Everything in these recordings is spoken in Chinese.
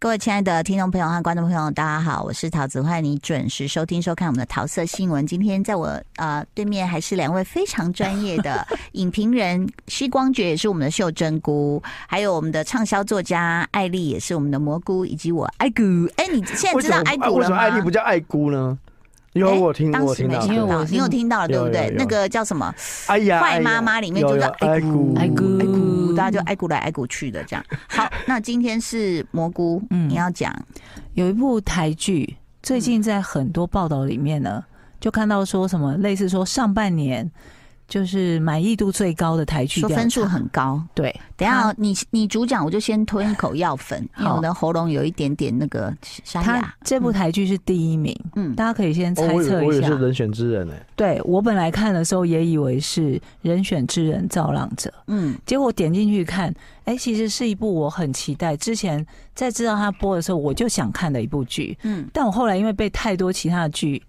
各位亲爱的听众朋友和观众朋友，大家好，我是桃子，欢迎你准时收听收看我们的桃色新闻。今天在我呃对面还是两位非常专业的影评人，西光觉也是我们的秀珍菇，还有我们的畅销作家艾丽也是我们的蘑菇，以及我艾菇。哎，你现在为知什道么啊艾菇为什了么吗？艾丽不叫艾姑呢？有哎我听当我时听没到，听对到，我你有是听到了对不有有对？有那个叫什么？哎呀，坏妈妈里面就有是有爱哎爱哭哭爱爱哭哭大家就爱哭来爱哭去的这样。好，那今天是蘑菇，嗯你要讲有一部台剧，最近在很多报道里面嗯呢，就看到说什么类似说上半年就是满意度最高的台剧说调查分数很高。对，等一下哦他，你你主讲，我就先吞一口药粉，因为好我的喉咙有一点点那个沙他哑。这部台剧是第一名，嗯，大家可以先哦哎我猜以为测我一也下是。人选之人呢。对我本来看的时候也以为是《人选之人造浪者》，嗯结果点进去看，哎，其实是一部我很期待，之前在知道它播的时候我就想看的一部剧，嗯但我后来因为被太多其他的剧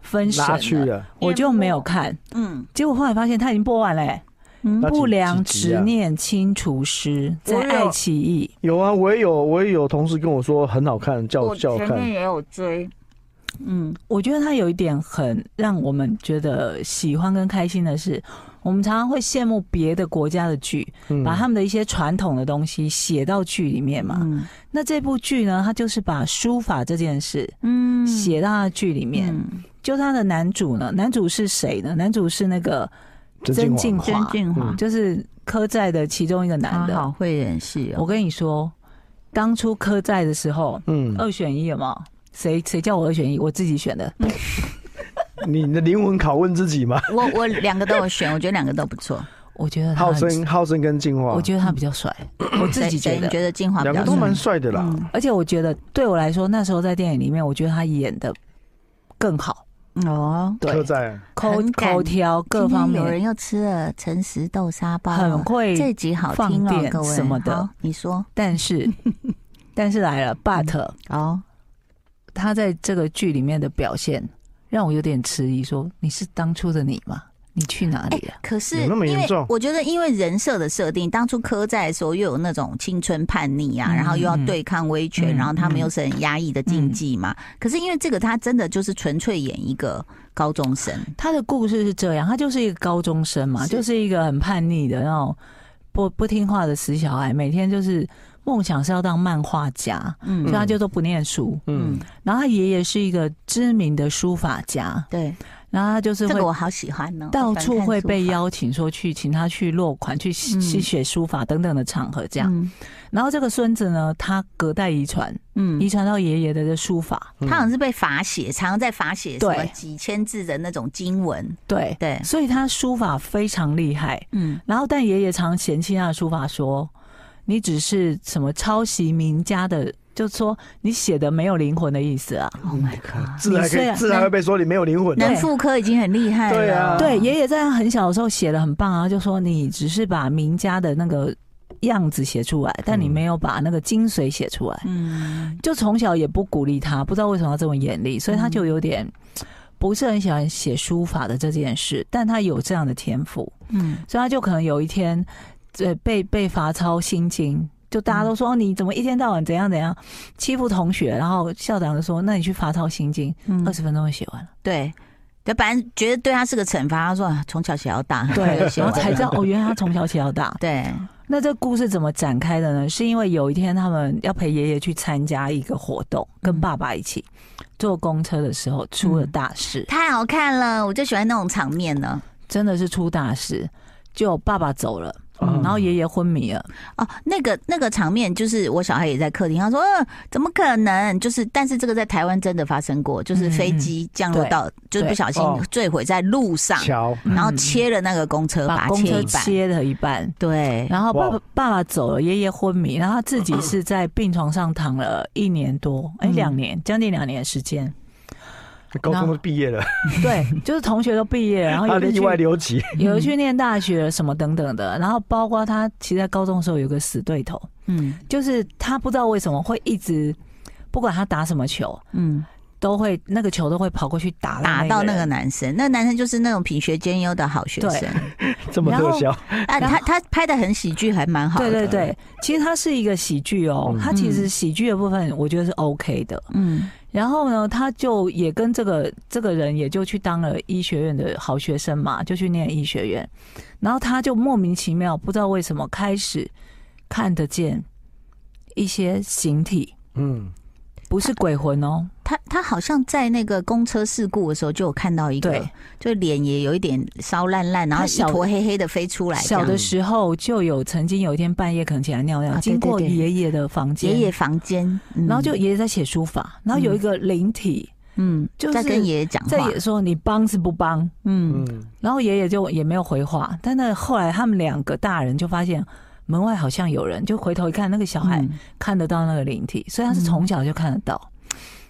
分神啊拉去了，了，我就没有看。嗯结果后来发现它已经播完了、欸嗯那不良几集执啊念清除师》在啊我有爱奇艺，有啊，我也有，我也有同事跟我说很好看，叫我我叫我前面看。也有追，嗯，我觉得它有一点很让我们觉得喜欢跟开心的是，我们常常会羡慕别的国家的剧，嗯把他们的一些传统的东西写到剧里面嘛。嗯那这部剧呢，它就是把书法这件事嗯写到它的剧里面。就它的男主呢，男主是谁呢？男主是那个曾敬敬华华，曾俊华嗯，就是柯在的其中一个男他的。好会演戏我哦，跟你说，当初科在的时候，嗯，二选一有没有？谁谁叫我二选一？我自己选的。你的灵魂拷问自己 吗？我我两个都有选，我觉得两个都不错。我觉得他浩很，生，浩生跟敬华，我觉得他比较帅， 嗯我自己谁觉谁你得。觉得精华比两较个都蛮帅帅的啦。嗯而且我觉得对我来说，那时候在电影里面，我觉得他演的更好，哦，对刻在口很敢口条嗯各今天方有人啊面又吃了陈实豆沙包，很这会。集好听放哦，电各位什么的好你说 但是但是来了，but 嗯哦，他在这个剧里面的表现让我有点迟疑，说你是当初的你吗？你去哪里了？可是有那么因严为重我觉得，因为人设的设定，当初柯在的时候又有那种青春叛逆啊，嗯然后又要对抗威权，嗯然后他们又是很压抑的禁忌嘛。可是因为这个，他真的就是纯粹演一个高中生，他的故事是这样，他就是一个高中生嘛，是就是一个很叛逆的那种不不听话的死小孩，每天就是梦想是要当漫画家，嗯所以他就都不念书。嗯，然后他爷爷是一个知名的书法家，对，然后他就是这会个我好喜欢哦，到我喜处欢看会被书法邀请说去请他去落款、去写嗯去写书法等等的场合这样。嗯然后这个孙子呢，他隔代遗传，嗯遗传到爷爷的这书法，嗯他好像是被罚写，常常在罚写什么对几千字的那种经文，对，对，所以他书法非常厉害。嗯，然后，但爷爷常嫌弃他的书法说：“你只是什么抄袭名家的，就说你写的没有灵魂的意思啊。 Oh my god！自然你虽可以，然自然会被说你没有灵魂。啊能妇科已经很厉害了，对啊对，爷爷在他很小的时候写的很棒啊，就说你只是把名家的那个样子写出来，但你嗯没有把那个精髓写出来。嗯，就从小也不鼓励他，不知道为什么要这么严厉，所以他就有点。不是很喜欢写书法的这件事，但他有这样的天赋，嗯所以他就可能有一天，呃，被被罚抄心经，就大家嗯都说、哦你怎么一天到晚怎样怎样欺负同学，然后校长就说那你去罚抄心经，嗯二，十分钟就写完了，对。对，本来觉得对他是个惩罚，他说啊从小写到大，对， 写然后完才知道了哦，原来他从小写到大。对，那这故事怎么展开的呢？是因为有一天他们要陪爷爷去参加一个活动，跟爸爸一起嗯坐公车的时候出了大事，太好看了，我就喜欢那种场面呢。真的是出大事，就爸爸走了，嗯然后爷爷昏迷了，哦，那个那个场面就是我小孩也在客厅，他说、呃、怎么可能？就是但是这个在台湾真的发生过，就是嗯飞机降落对到，就是不对小心哦坠毁在路上，桥，然后嗯切了那个公车，把把它公切车一半，切了一半。对，然后爸爸哇爸爸走了，爷爷昏迷，然后他自己是在病床上躺了一年多，哎，嗯两年，将近两年的时间。高然中后都毕业了， 对，就是同学都毕业，然后他有的意去外留级， 有的去念大学什么等等的，然后包括他其实在高中的时候有个死对头，嗯就是他不知道为什么会一直，不管他打什么球，嗯，都会那个球都会跑过去打打到那人个男生，那男生就是那种品学兼优的好学生，这么特效，啊，然后他他拍的很喜剧，还蛮好的，对对对，其实它是一个喜剧哦，嗯它其实喜剧的部分我觉得是 OK 的。嗯然后呢，他就也跟这个这个人也就去当了医学院的好学生嘛，就去念医学院。然后他就莫名其妙不知道为什么开始看得见一些形体，嗯，不是鬼魂哦，他他好像在那个公车事故的时候就有看到一个对，就脸也有一点烧烂烂，然后他一小坨黑黑的飞出来这小样，的时候就有曾经有一天半夜可能起来尿尿，啊对经过对对爷爷的房间，爷爷房间，嗯然后就爷爷在写书法，然后有一个灵体嗯，就是在跟爷爷讲在话，也说你帮是不帮，嗯，嗯，然后爷爷就也没有回话，但那后来他们两个大人就发现门外好像有人，就回头一看，那个小孩嗯看得到那个灵体，所以他是从小就看得到，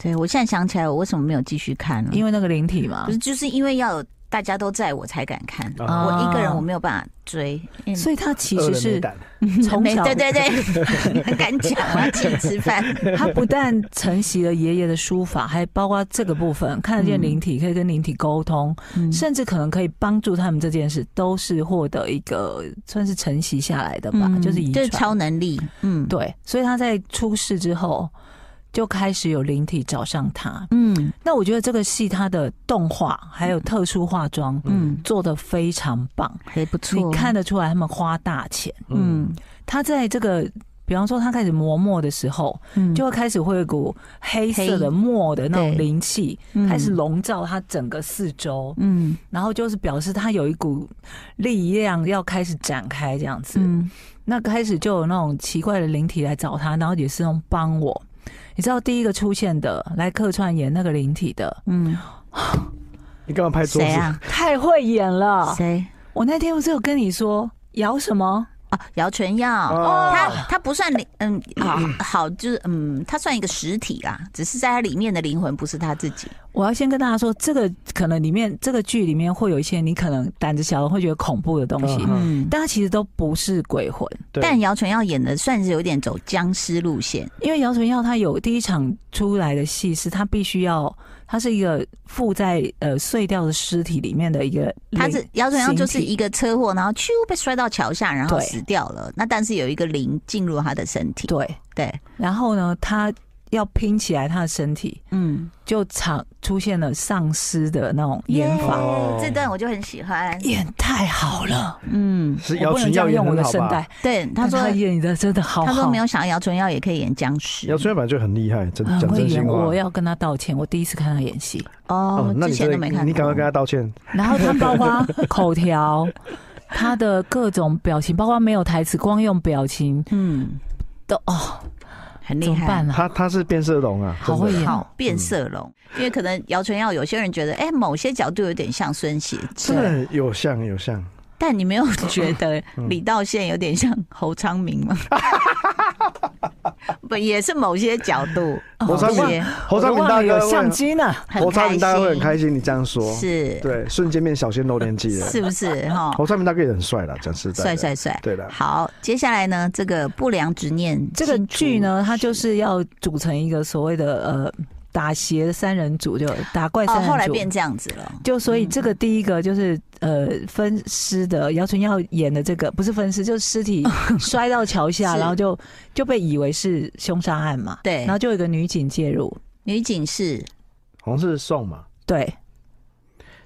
对我现在想起来，我为什么没有继续看了？因为那个灵体嘛不。是就是因为要有大家都在我才敢看，啊我一个人我没有办法追，因为所以他其恶实人没是胆从没 小，对对 对，很敢讲，我要请你吃饭。他不但承袭了爷爷的书法，还包括这个部分看得见灵体，可以跟灵体沟通，嗯甚至可能可以帮助他们这件事，都是获得一个算是承袭下来的吧，嗯就是遗就传。是超能力，嗯，，对，所以他在出事之后，就开始有灵体找上他。嗯那我觉得这个戏它的动画还有特殊化妆嗯，做的非常棒，还不错，你看得出来他们花大钱。嗯，他在这个。比方说，他开始磨墨的时候，嗯，就会开始会有一股黑色黑的墨的那对种灵气，嗯开始，笼罩他整个四周，嗯然后就是表示他有一股力量要开始展开这样子。嗯那开始就有那种奇怪的灵体来找他，然后也是用帮我。你知道第一个出现的来客串演那个灵体的，嗯，你干嘛拍桌谁子？啊？哦太会演了。谁我那天不是有跟你说摇什么？啊？姚纯耀。哦他他不算灵，嗯，好，好，就是嗯，他算一个实体啦，只是在他里面的灵魂不是他自己。我要先跟大家说，这个可能里面这个剧里面会有一些你可能胆子小的会觉得恐怖的东西，嗯但它其实都不是鬼魂。对但姚纯耀演的算是有点走僵尸路线，因为姚纯耀他有第一场出来的戏是，他必须要，他是一个附在呃碎掉的尸体里面的一个灵，他是姚纯耀就是形体一个车祸，然后咻被摔到桥下，然后对死掉了。那但是有一个灵进入他的身体，对，对，然后呢，他要拼起来他的身体，嗯，就场出现了丧尸的那种耶演法，哦这段我就很喜欢，演太好了，嗯，是我姚不能春这耀样也用我很的好声吧？带，对，他但说他演的真的好他说好没。有想到姚纯耀也可以演僵尸姚春耀本来就很厉害，真很嗯讲会真心演，话我。要跟他道歉。我第一次看他演戏，哦，那之你前真都的没看过，你赶快跟他道 歉。然后他包括口条， 他的各种表情，包括没有台词，光用表情嗯，都哦，很厉怎么害办。啊？他他是变色龙啊，好真的会演好变色嗯龙，因为可能姚纯耀有些人觉得，哎、某些角度有点像孙协真志，的有像有像，但你没 有觉得嗯李道宪有点像侯昌明吗？ 不，也是某些角度，侯昌某明些侯昌明大哥有会相很，机呢，很侯昌明大哥会很开心，心，你这样说，是对，瞬间变小鲜肉年纪了。是不是哈？侯昌明大哥也很帅了，讲实在，帅，帅帅。对的，好，接下来呢，这个不良执念这个清除剧呢，它就是要组成一个所谓的呃打邪三人组，就打怪哦三，后人来组。变这样子了，就所以这个第一个就是呃分尸的姚纯耀演的这个不是分尸，就是 尸体摔到桥下，是然后就就被以为是凶杀案嘛。对然后就有一个女警介入，女警是好像是宋嘛，对，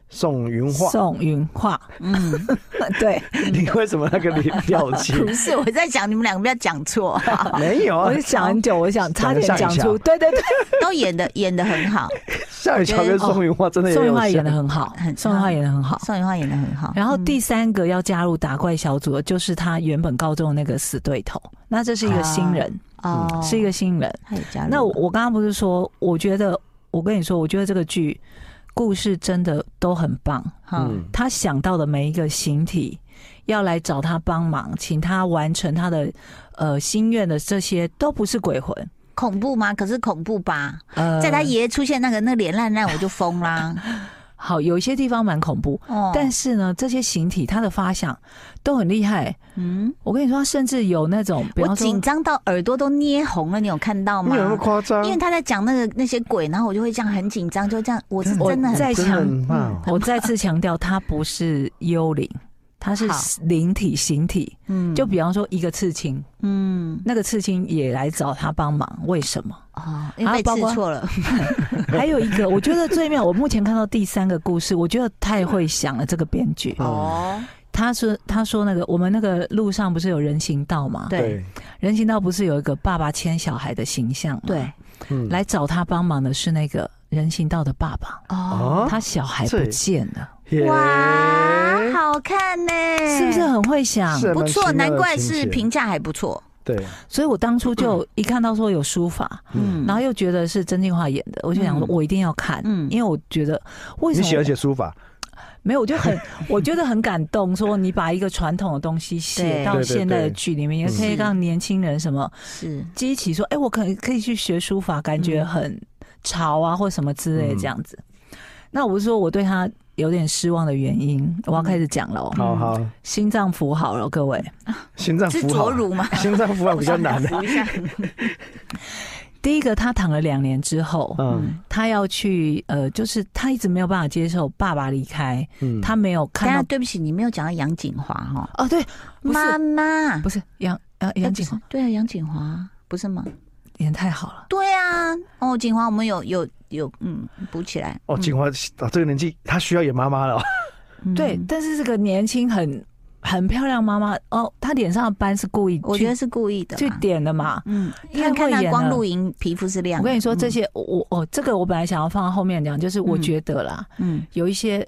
宋云画。宋云画，嗯。 对，你为什么 那个脸掉漆？ 不是，我在想你们两个不要讲错， 没有我啊就，想很久，我想差讲得点像讲一下出，对对对，都演的演的很好，夏雨乔跟宋云画真的也哦宋云画有像演的。很好很，嗯宋云画演的很好。宋雨花演的很好。然后第三个要加入打怪小组的，就是他原本高中的那个死对头。那这是一个新人，哦，是一个新人。他也加入了，那我我刚刚不是说，我觉得我跟你说，我觉得这个剧故事真的都很棒。嗯，他想到的每一个形体要来找他帮忙，请他完成他的呃心愿的这些，都不是鬼魂。恐怖吗？可是恐怖吧，呃 在他爷爷出现那个那脸烂烂，我就疯啦。好，有一些地方蛮恐怖，哦但是呢，这些形体它的发想都很厉害。嗯，我跟你说，甚至有那种，比我方说紧张到耳朵都捏红了，你有看到没吗有？那么夸张因，为他在讲那个那些鬼，然后我就会这样很紧张，就这样，我是我真的很嗯在哦真的很怕哦。我再次强调，它不是幽灵，它是好灵体、形体。嗯就比方说，一个刺青，嗯那个刺青也来找他帮忙，为什么？ 哦，因为啊被包括刺错了，还有一个，我觉得最妙，我目前看到第三个故事，我觉得太会想了。这个编剧，嗯哦，他说他说那个我们那个路上不是有人行道吗？对，人行道不是有一个爸爸牵小孩的形象吗？对，嗯，来找他帮忙的是那个人行道的爸爸，哦，啊，他小孩不这见了，耶哇，好看呢，哦是不是很会想？是不错？蛮奇妙的难怪情是节评价还不错，对，所以我当初就一看到说有书法，嗯，然后又觉得是曾静华演的，我就想说嗯我一定要看，嗯因为我觉得为你什喜欢么写书法，没有，我就很我觉得很感动，说你把一个传统的东西写对嗯到对对现代的对剧里面，也可以是让年轻人什么是激起说，哎、我可可以去学书法，感觉嗯很潮啊，或什么之类嗯这样子。那我是说我对他有点失望的原因，我要开始讲了嗯哦。好好，心脏扶好了，各位。心脏是扶卓好，如吗？心脏扶好 比较难 啊的，扶一下，第一个，他躺了两年之后，嗯他要去呃，就是他一直没有办法接受爸爸离开，嗯，他没有 等一下看到对不起，你没有讲到杨景华哈，哦，对，不妈是妈，不是杨呃杨景哎华不是对啊，杨景华不是吗？演太好了，对啊，哦，景华，我们有有有，嗯，补起来。哦，锦华啊，这个年纪他需要演妈妈了，嗯对，，但是这个年轻很很漂亮妈妈哦，她脸上的斑是故意我觉得是故意的啦，啊去去点的嘛。嗯，因太为会看他演光了露营皮肤是亮我的。跟你说，这嗯，些我我我这个我本来想要放到后面讲，就是我嗯觉得啦，嗯有一些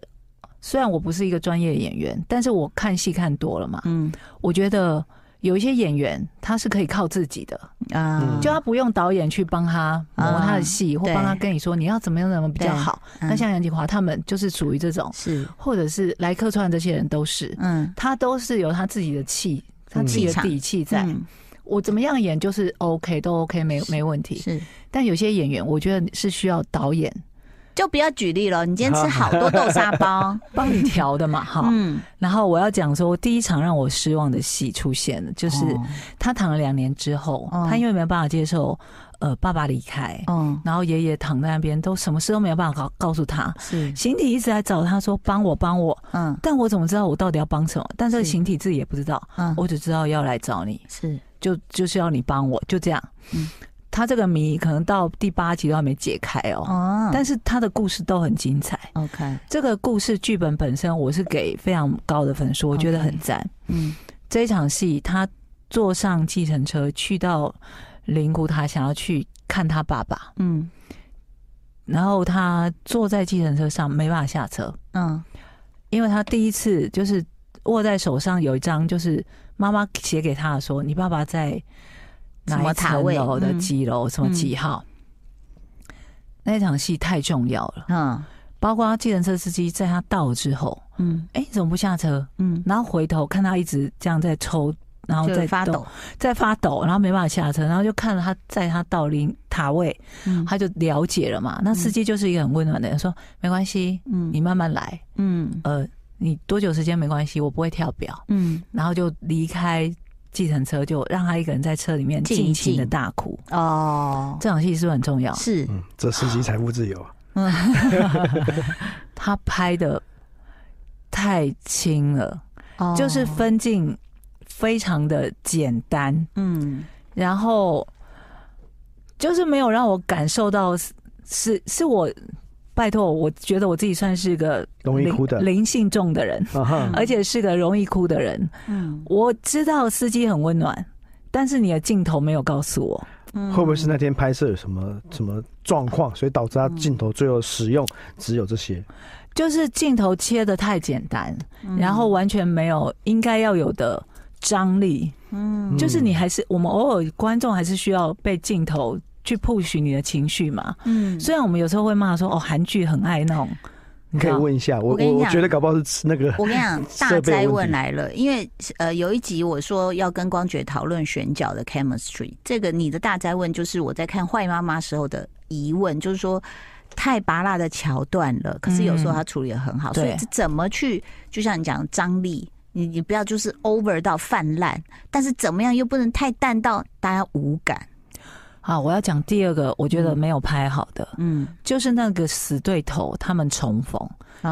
虽然我不是一个专业演员，但是我看戏看多了嘛，嗯我觉得有一些演员他是可以靠自己的，啊嗯，就他不用导演去帮他磨啊他的戏，或对帮他跟你说你要怎么样怎么样比较好。嗯那像杨锦华他们就是属于这种，是，或者是来客串这些人都是，嗯，他都是有他自己的气，他自己的气场底气在。嗯我怎么样演就是 OK，都 OK，没没问题。是，但有些演员，我觉得是需要导演就不要举例了。你今天吃好多豆沙 包，帮你调的 嘛，哈。嗯，然后我要讲说，第一场让我失望的戏出现了，就是哦他躺了两年之后，哦他因为没有办法接受，呃，爸爸离开，哦，然后爷爷躺在那边，都什么事都没有办法告告诉他。是，形体一直来找他说帮我帮我，嗯但我怎么知道我到底要帮什么？但这个是形体自己也不知道，嗯，我只知道要来找你，是，就就是要你帮我，就这样。嗯他这个谜可能到第八集都还没解开哦，哦，但是是他的故事都很精彩。哦 OK，这个故事剧本本身我是给非常高的分数，我觉得很赞。嗯这一场戏，他坐上计程车去到灵谷塔，想要去看他爸爸，嗯然后他坐在计程车上没办法下车，嗯，因为他第一次就是握在手上有一张就是妈妈写给他的说，你爸爸在什哪么一塔层位楼的嗯几楼、什么几号。那一场戏太重要了，嗯包括计程车司机在他到了之后，嗯哎、怎么不下车？嗯，然后回头看他一直这样在抽，然后在就发动抖，在发抖，然后没办法下车，然后就看到他在他到临塔位，嗯他就了解了嘛。那司机就是一个很温暖的人，说没关系，嗯你慢慢来，嗯呃，你多久时间没关系，我不会跳表，嗯然后就离开计程车，就让他一个人在车里面静一尽情的静大哭。哦，这场戏是不是很重要？是，嗯，这司机财富自由啊，嗯他拍的太轻了，哦就是分镜非常的简单，嗯然后就是没有让我感受到是是是我。拜托，我觉得我自己算是个容易灵哭的，灵性重的人，啊哈，而且是个容易哭的人。嗯，我知道司机很温暖，但是你的镜头没有告诉我。会会不会是那天拍摄有什么什么状况，所以导致他镜头最后使用只有这些？就是镜头切的太简单，嗯然后完全没有应该要有的张力。嗯就是你还是我们偶尔观众还是需要被镜头去 push 你的情绪嘛。嗯虽然我们有时候会骂说哦，韩剧很爱弄，你可知以道问一下，我我跟你我我讲觉得搞不好是吃那个我跟你讲，大设备灾问问题来了，因为呃有一集我说要跟光觉讨论选角的 chemistry，这个你的大灾问就是我在看《坏妈妈》时候的疑问，就是说太拔辣的桥段了，可是有时候他处理的很好，嗯所以对这怎么去，就像你讲的张力，你你不要就是 over 到泛滥，但是怎么样又不能太淡到大家无感，好，我要讲第二个，我觉得没有拍好的，嗯，就是那个死对头他们重逢，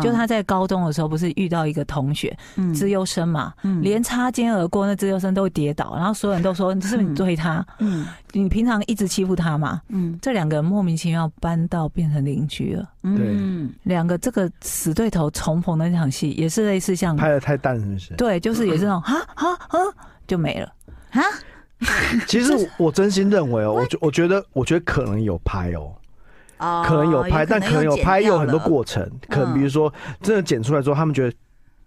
就他在高中的时候不是遇到一个同学嗯资优生嘛，嗯连擦肩而过，那资优生都会跌倒，然后所有人都说是不是你追他？嗯你平常一直欺负他嘛？嗯这两个人莫名其妙搬到变成邻居了。嗯两个这个死对头重逢的那场戏也是类似像，拍的太淡是不是？对，就是也 是那种哈哈哈就没了。啊，其实我我真心认为哦，我觉我觉得我觉得可能有拍哦，哦可能有拍，但可能有拍有很多，过程，嗯可能比如说真的剪出来之后，他们觉得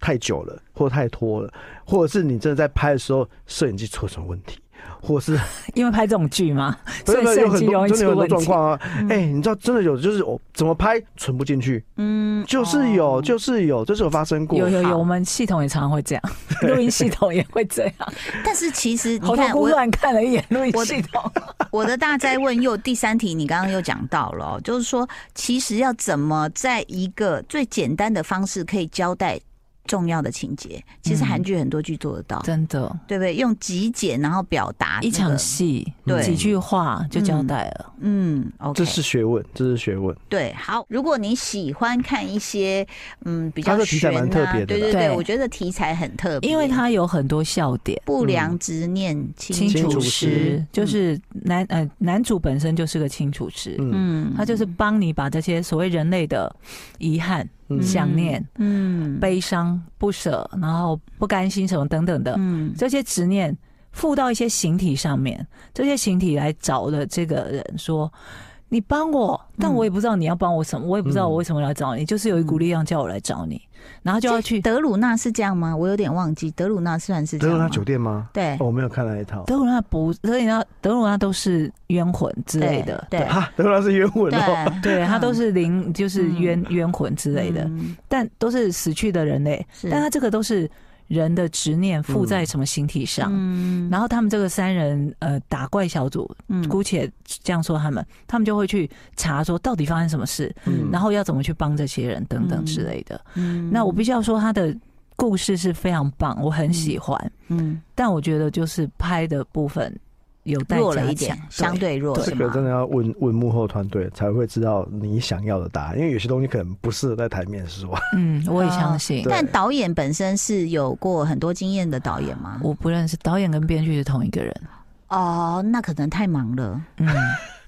太久了，或者太拖了，或者是你真的在拍的时候摄影机出了什么问题，或 者是因为拍这种剧嘛，所以不是摄有影很机容多易真的有出很多问状题。况啊，嗯哎、你知道真的有就是我怎么拍存不进去，嗯就是有、就是有就是有发生过，哦有有有，好我们系统也常常会这样，录音系统也会这 样。但是其实你头头看，菇我乱看了一眼录音我系统，我的大灾问又第三题，你刚刚又讲到了哦、就是说，其实要怎么在一个最简单的方式可以交代重要的情节，其实韩剧很多剧做得到， 真的，对不对？用极简然后表达、一场，戏对几句话就交代了。嗯，OK，这是学问，这是学问。对，好。如果你喜欢看一些嗯比较它这题材悬蛮啊特别的对对啦对，对我觉得题材很特别，因为它有很多笑点。不良执念清清除除师师就是男呃男主本身就是个清楚师，嗯嗯他就是帮你把这些所谓人类的遗憾、嗯想念、嗯悲伤、不舍，然后不甘心什么等等的嗯这些执念，附到一些形体上面，这些形体来找了这个人说。你帮我，但嗯我也不知道你要帮我什么，我也不知道我为什么来找你，就是有一股力量叫我来找你，然后就要去德鲁纳是嗯这样吗？我有点忘记，德鲁纳算是这德样鲁吗纳酒店吗？对哦，我没有看那一套。德鲁纳不，德鲁纳德鲁纳都是冤魂之类的，对对啊，德鲁纳是冤魂哦。对他都嗯是灵，就是嗯冤冤魂 之类的，嗯但都是死去的人类，是，但他这个都是人的执念附在什么形体上。嗯然后他们这个三人呃打怪小组，嗯姑且这样说他们，他们就会去查说到底发生什么事，嗯然后要怎么去帮这些人等嗯等之类的。嗯那我必须要说他的故事是非常棒，我很喜欢，嗯但我觉得就是拍的部分有待弱了加一点强，相对对弱是这个吗？嗯真的要问问幕后团队才会知道你想要的答案，因为有些东西可能不适合在台面说。 嗯，我也哦相信。对但导演本身是有过很多经验的导演吗？我不认识导演跟编剧是同一个人，哦，那可能太忙了。嗯，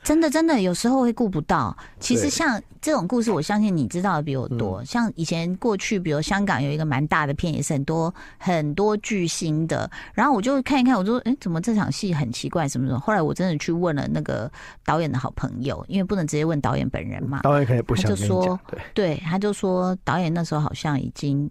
真的，真的，有时候会顾不到。其实对像这种故事，我相信你知道的比我多。像以前过去，比如香港有一个蛮大的片，也是很多很多巨星的。然后我就看一看，我就说，哎、怎么这场戏很奇怪，什么什么。后来我真的去问了那个导演的好朋友，因为不能直接问导演本人嘛。导演可能也不想他跟就你说讲，对，对，他就说导演那时候好像已经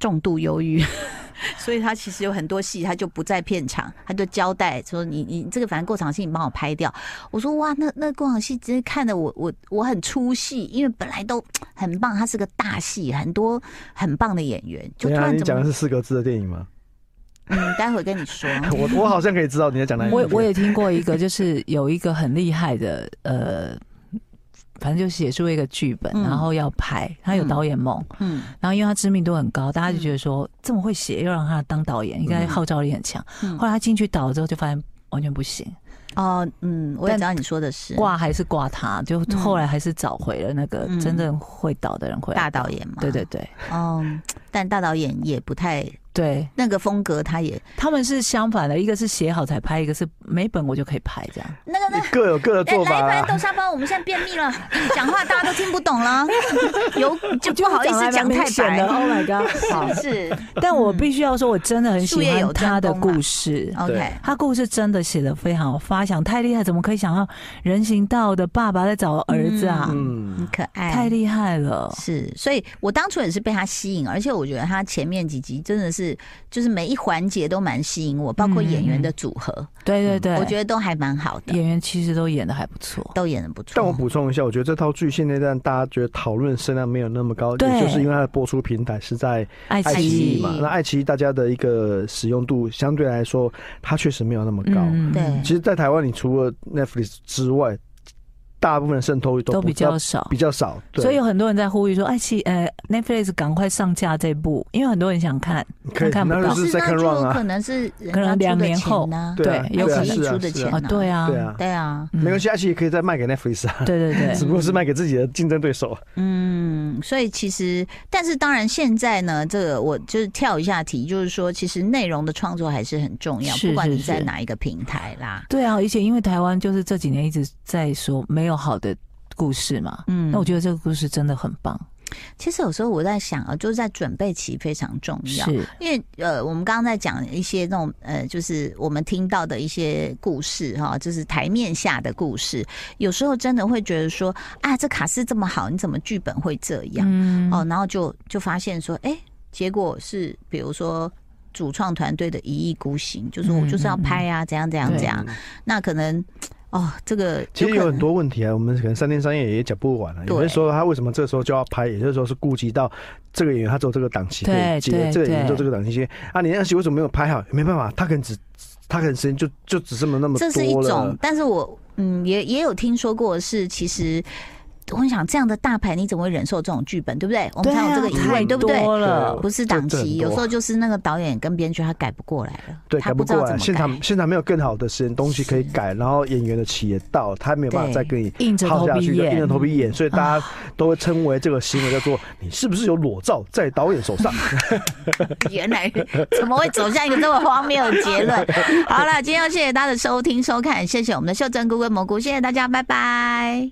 重度忧郁， 所以他其实有很多戏他就不在片场，他就交代说你你这个反正过场戏你帮我拍掉。我说哇，那那过场戏真的看的我我我很出戏，因为本来都很棒，他是个大戏，很多很棒的演员，就等突一下啊然啊你怎讲么的是四个字的电 影吗？嗯，待会跟你说。我我好像可以知道你在讲哪一部我片。我也听过一个，就是有一个很厉害的，呃，反正就写出一个剧本，嗯然后要拍，他有导演梦，嗯然后因为他知名度很高，大家就觉得说这么会写，又让他当导演，应该号召力很强。 嗯后来他进去导了之后，就发现完全不行，哦嗯，我也但知道你说的是挂还是挂他，就嗯后来还是找回了那个嗯真正会导的人回来。大导演嘛，对对对嗯，但大导演也不太对，那个风格，他也他们是相反的，一个是写好才拍，一个是没本我就可以拍这样。那个那个各有各的哎，做法来，不然啊。豆沙包，我们现在便秘了， 讲话大家都听不懂了， 有就哎不好意思讲太白了。，Oh my god！好，是 但我必须要说，我真的很喜嗯术业有欢他的专攻嘛啊故事。 OK，他故事真的写的非常有发想，太厉害！怎么可以想到人行道的爸爸在找儿子啊？很嗯，可爱，太厉害了！是，所以我当初也是被他吸引，而且我觉得他前面几集真的是，就是每一环节都蛮吸引我，包括演员的组合，对对嗯对，嗯我觉得都还蛮好的，演员其实都演的还不错。都演的不错。但我补充一下，我觉得这套剧现阶段大家觉得讨论声量没有那么高，对也就是因为它的播出平台是在爱爱奇奇艺艺嘛。那爱奇艺大家的一个使用度相对来说，它确实没有那么高。嗯，对其实，在台湾，你除了 Netflix 之外，大部分的渗透率都都不比较到少比。较少，对所以有很多人在呼吁说：“哎，其呃，Netflix 赶快上架这部，因为很多人想看。可以，看不那到就是是那 second 就 round 可啊，能是人可家能出两的年钱后呐对啊对有可可能能出的是啊钱是哦，对啊，对啊，对啊，嗯没关系，它其实可以再卖给 Netflix 啊，对对对只， 不过是卖给自己的竞争对手。嗯，所以其实，但是当然，现在呢，这个我就是跳一下题，就是说，其实内容的创作还是很重要，是不管你是在是哪一个平台啦。对啊，而且因为台湾就是这几年一直在说没有好的故事嘛，嗯那我觉得这个故事真的很棒，其实有时候我在想啊，就是在准备期非常重要，是因为呃，我们刚刚在讲一些那种呃，就是我们听到的一些故事哈、就是台面下的故事，有时候真的会觉得说啊，这卡斯这么好，你怎么剧本会这样？嗯哦，，然后就就发现说，哎、结果是比如说。主创团队的一意孤行，就说我就是要拍啊，怎样怎样对怎样嗯。那可能，哦，这个其实可有能很多问题啊，我们可能三天三夜也讲不完啊。有对些时候他为什么这时候就要拍，有些时候是顾及到这个演员他只有这个档期可以对接，对这个演员对就这个档期接啊。你那戏为什么没有拍好？没办法，他可能只他可能时间就就只这么那么这是一多种了，。但是我嗯也也有听说过是，其实我想这样的大牌你怎么会忍受这种剧本，对不对？我们对才有啊这个疑太问，对不对？多了对，不是档这这很期，多有时候就是那个导演跟编剧他改不过来了，对，他改不知过道来，怎现么场改。现场没有更好的时间东西可以改，然后演员的期也到，他没有办法对再跟你硬着耗头下皮去，就硬着演，头皮演，所以大家都会称为这个行为叫做你是不是有裸照在导演手上？ 原来怎么会走向一个这么荒谬的结论？好了，今天要谢谢大家的收听收看，谢谢我们的秀珍菇跟蘑菇，谢谢大家，拜拜。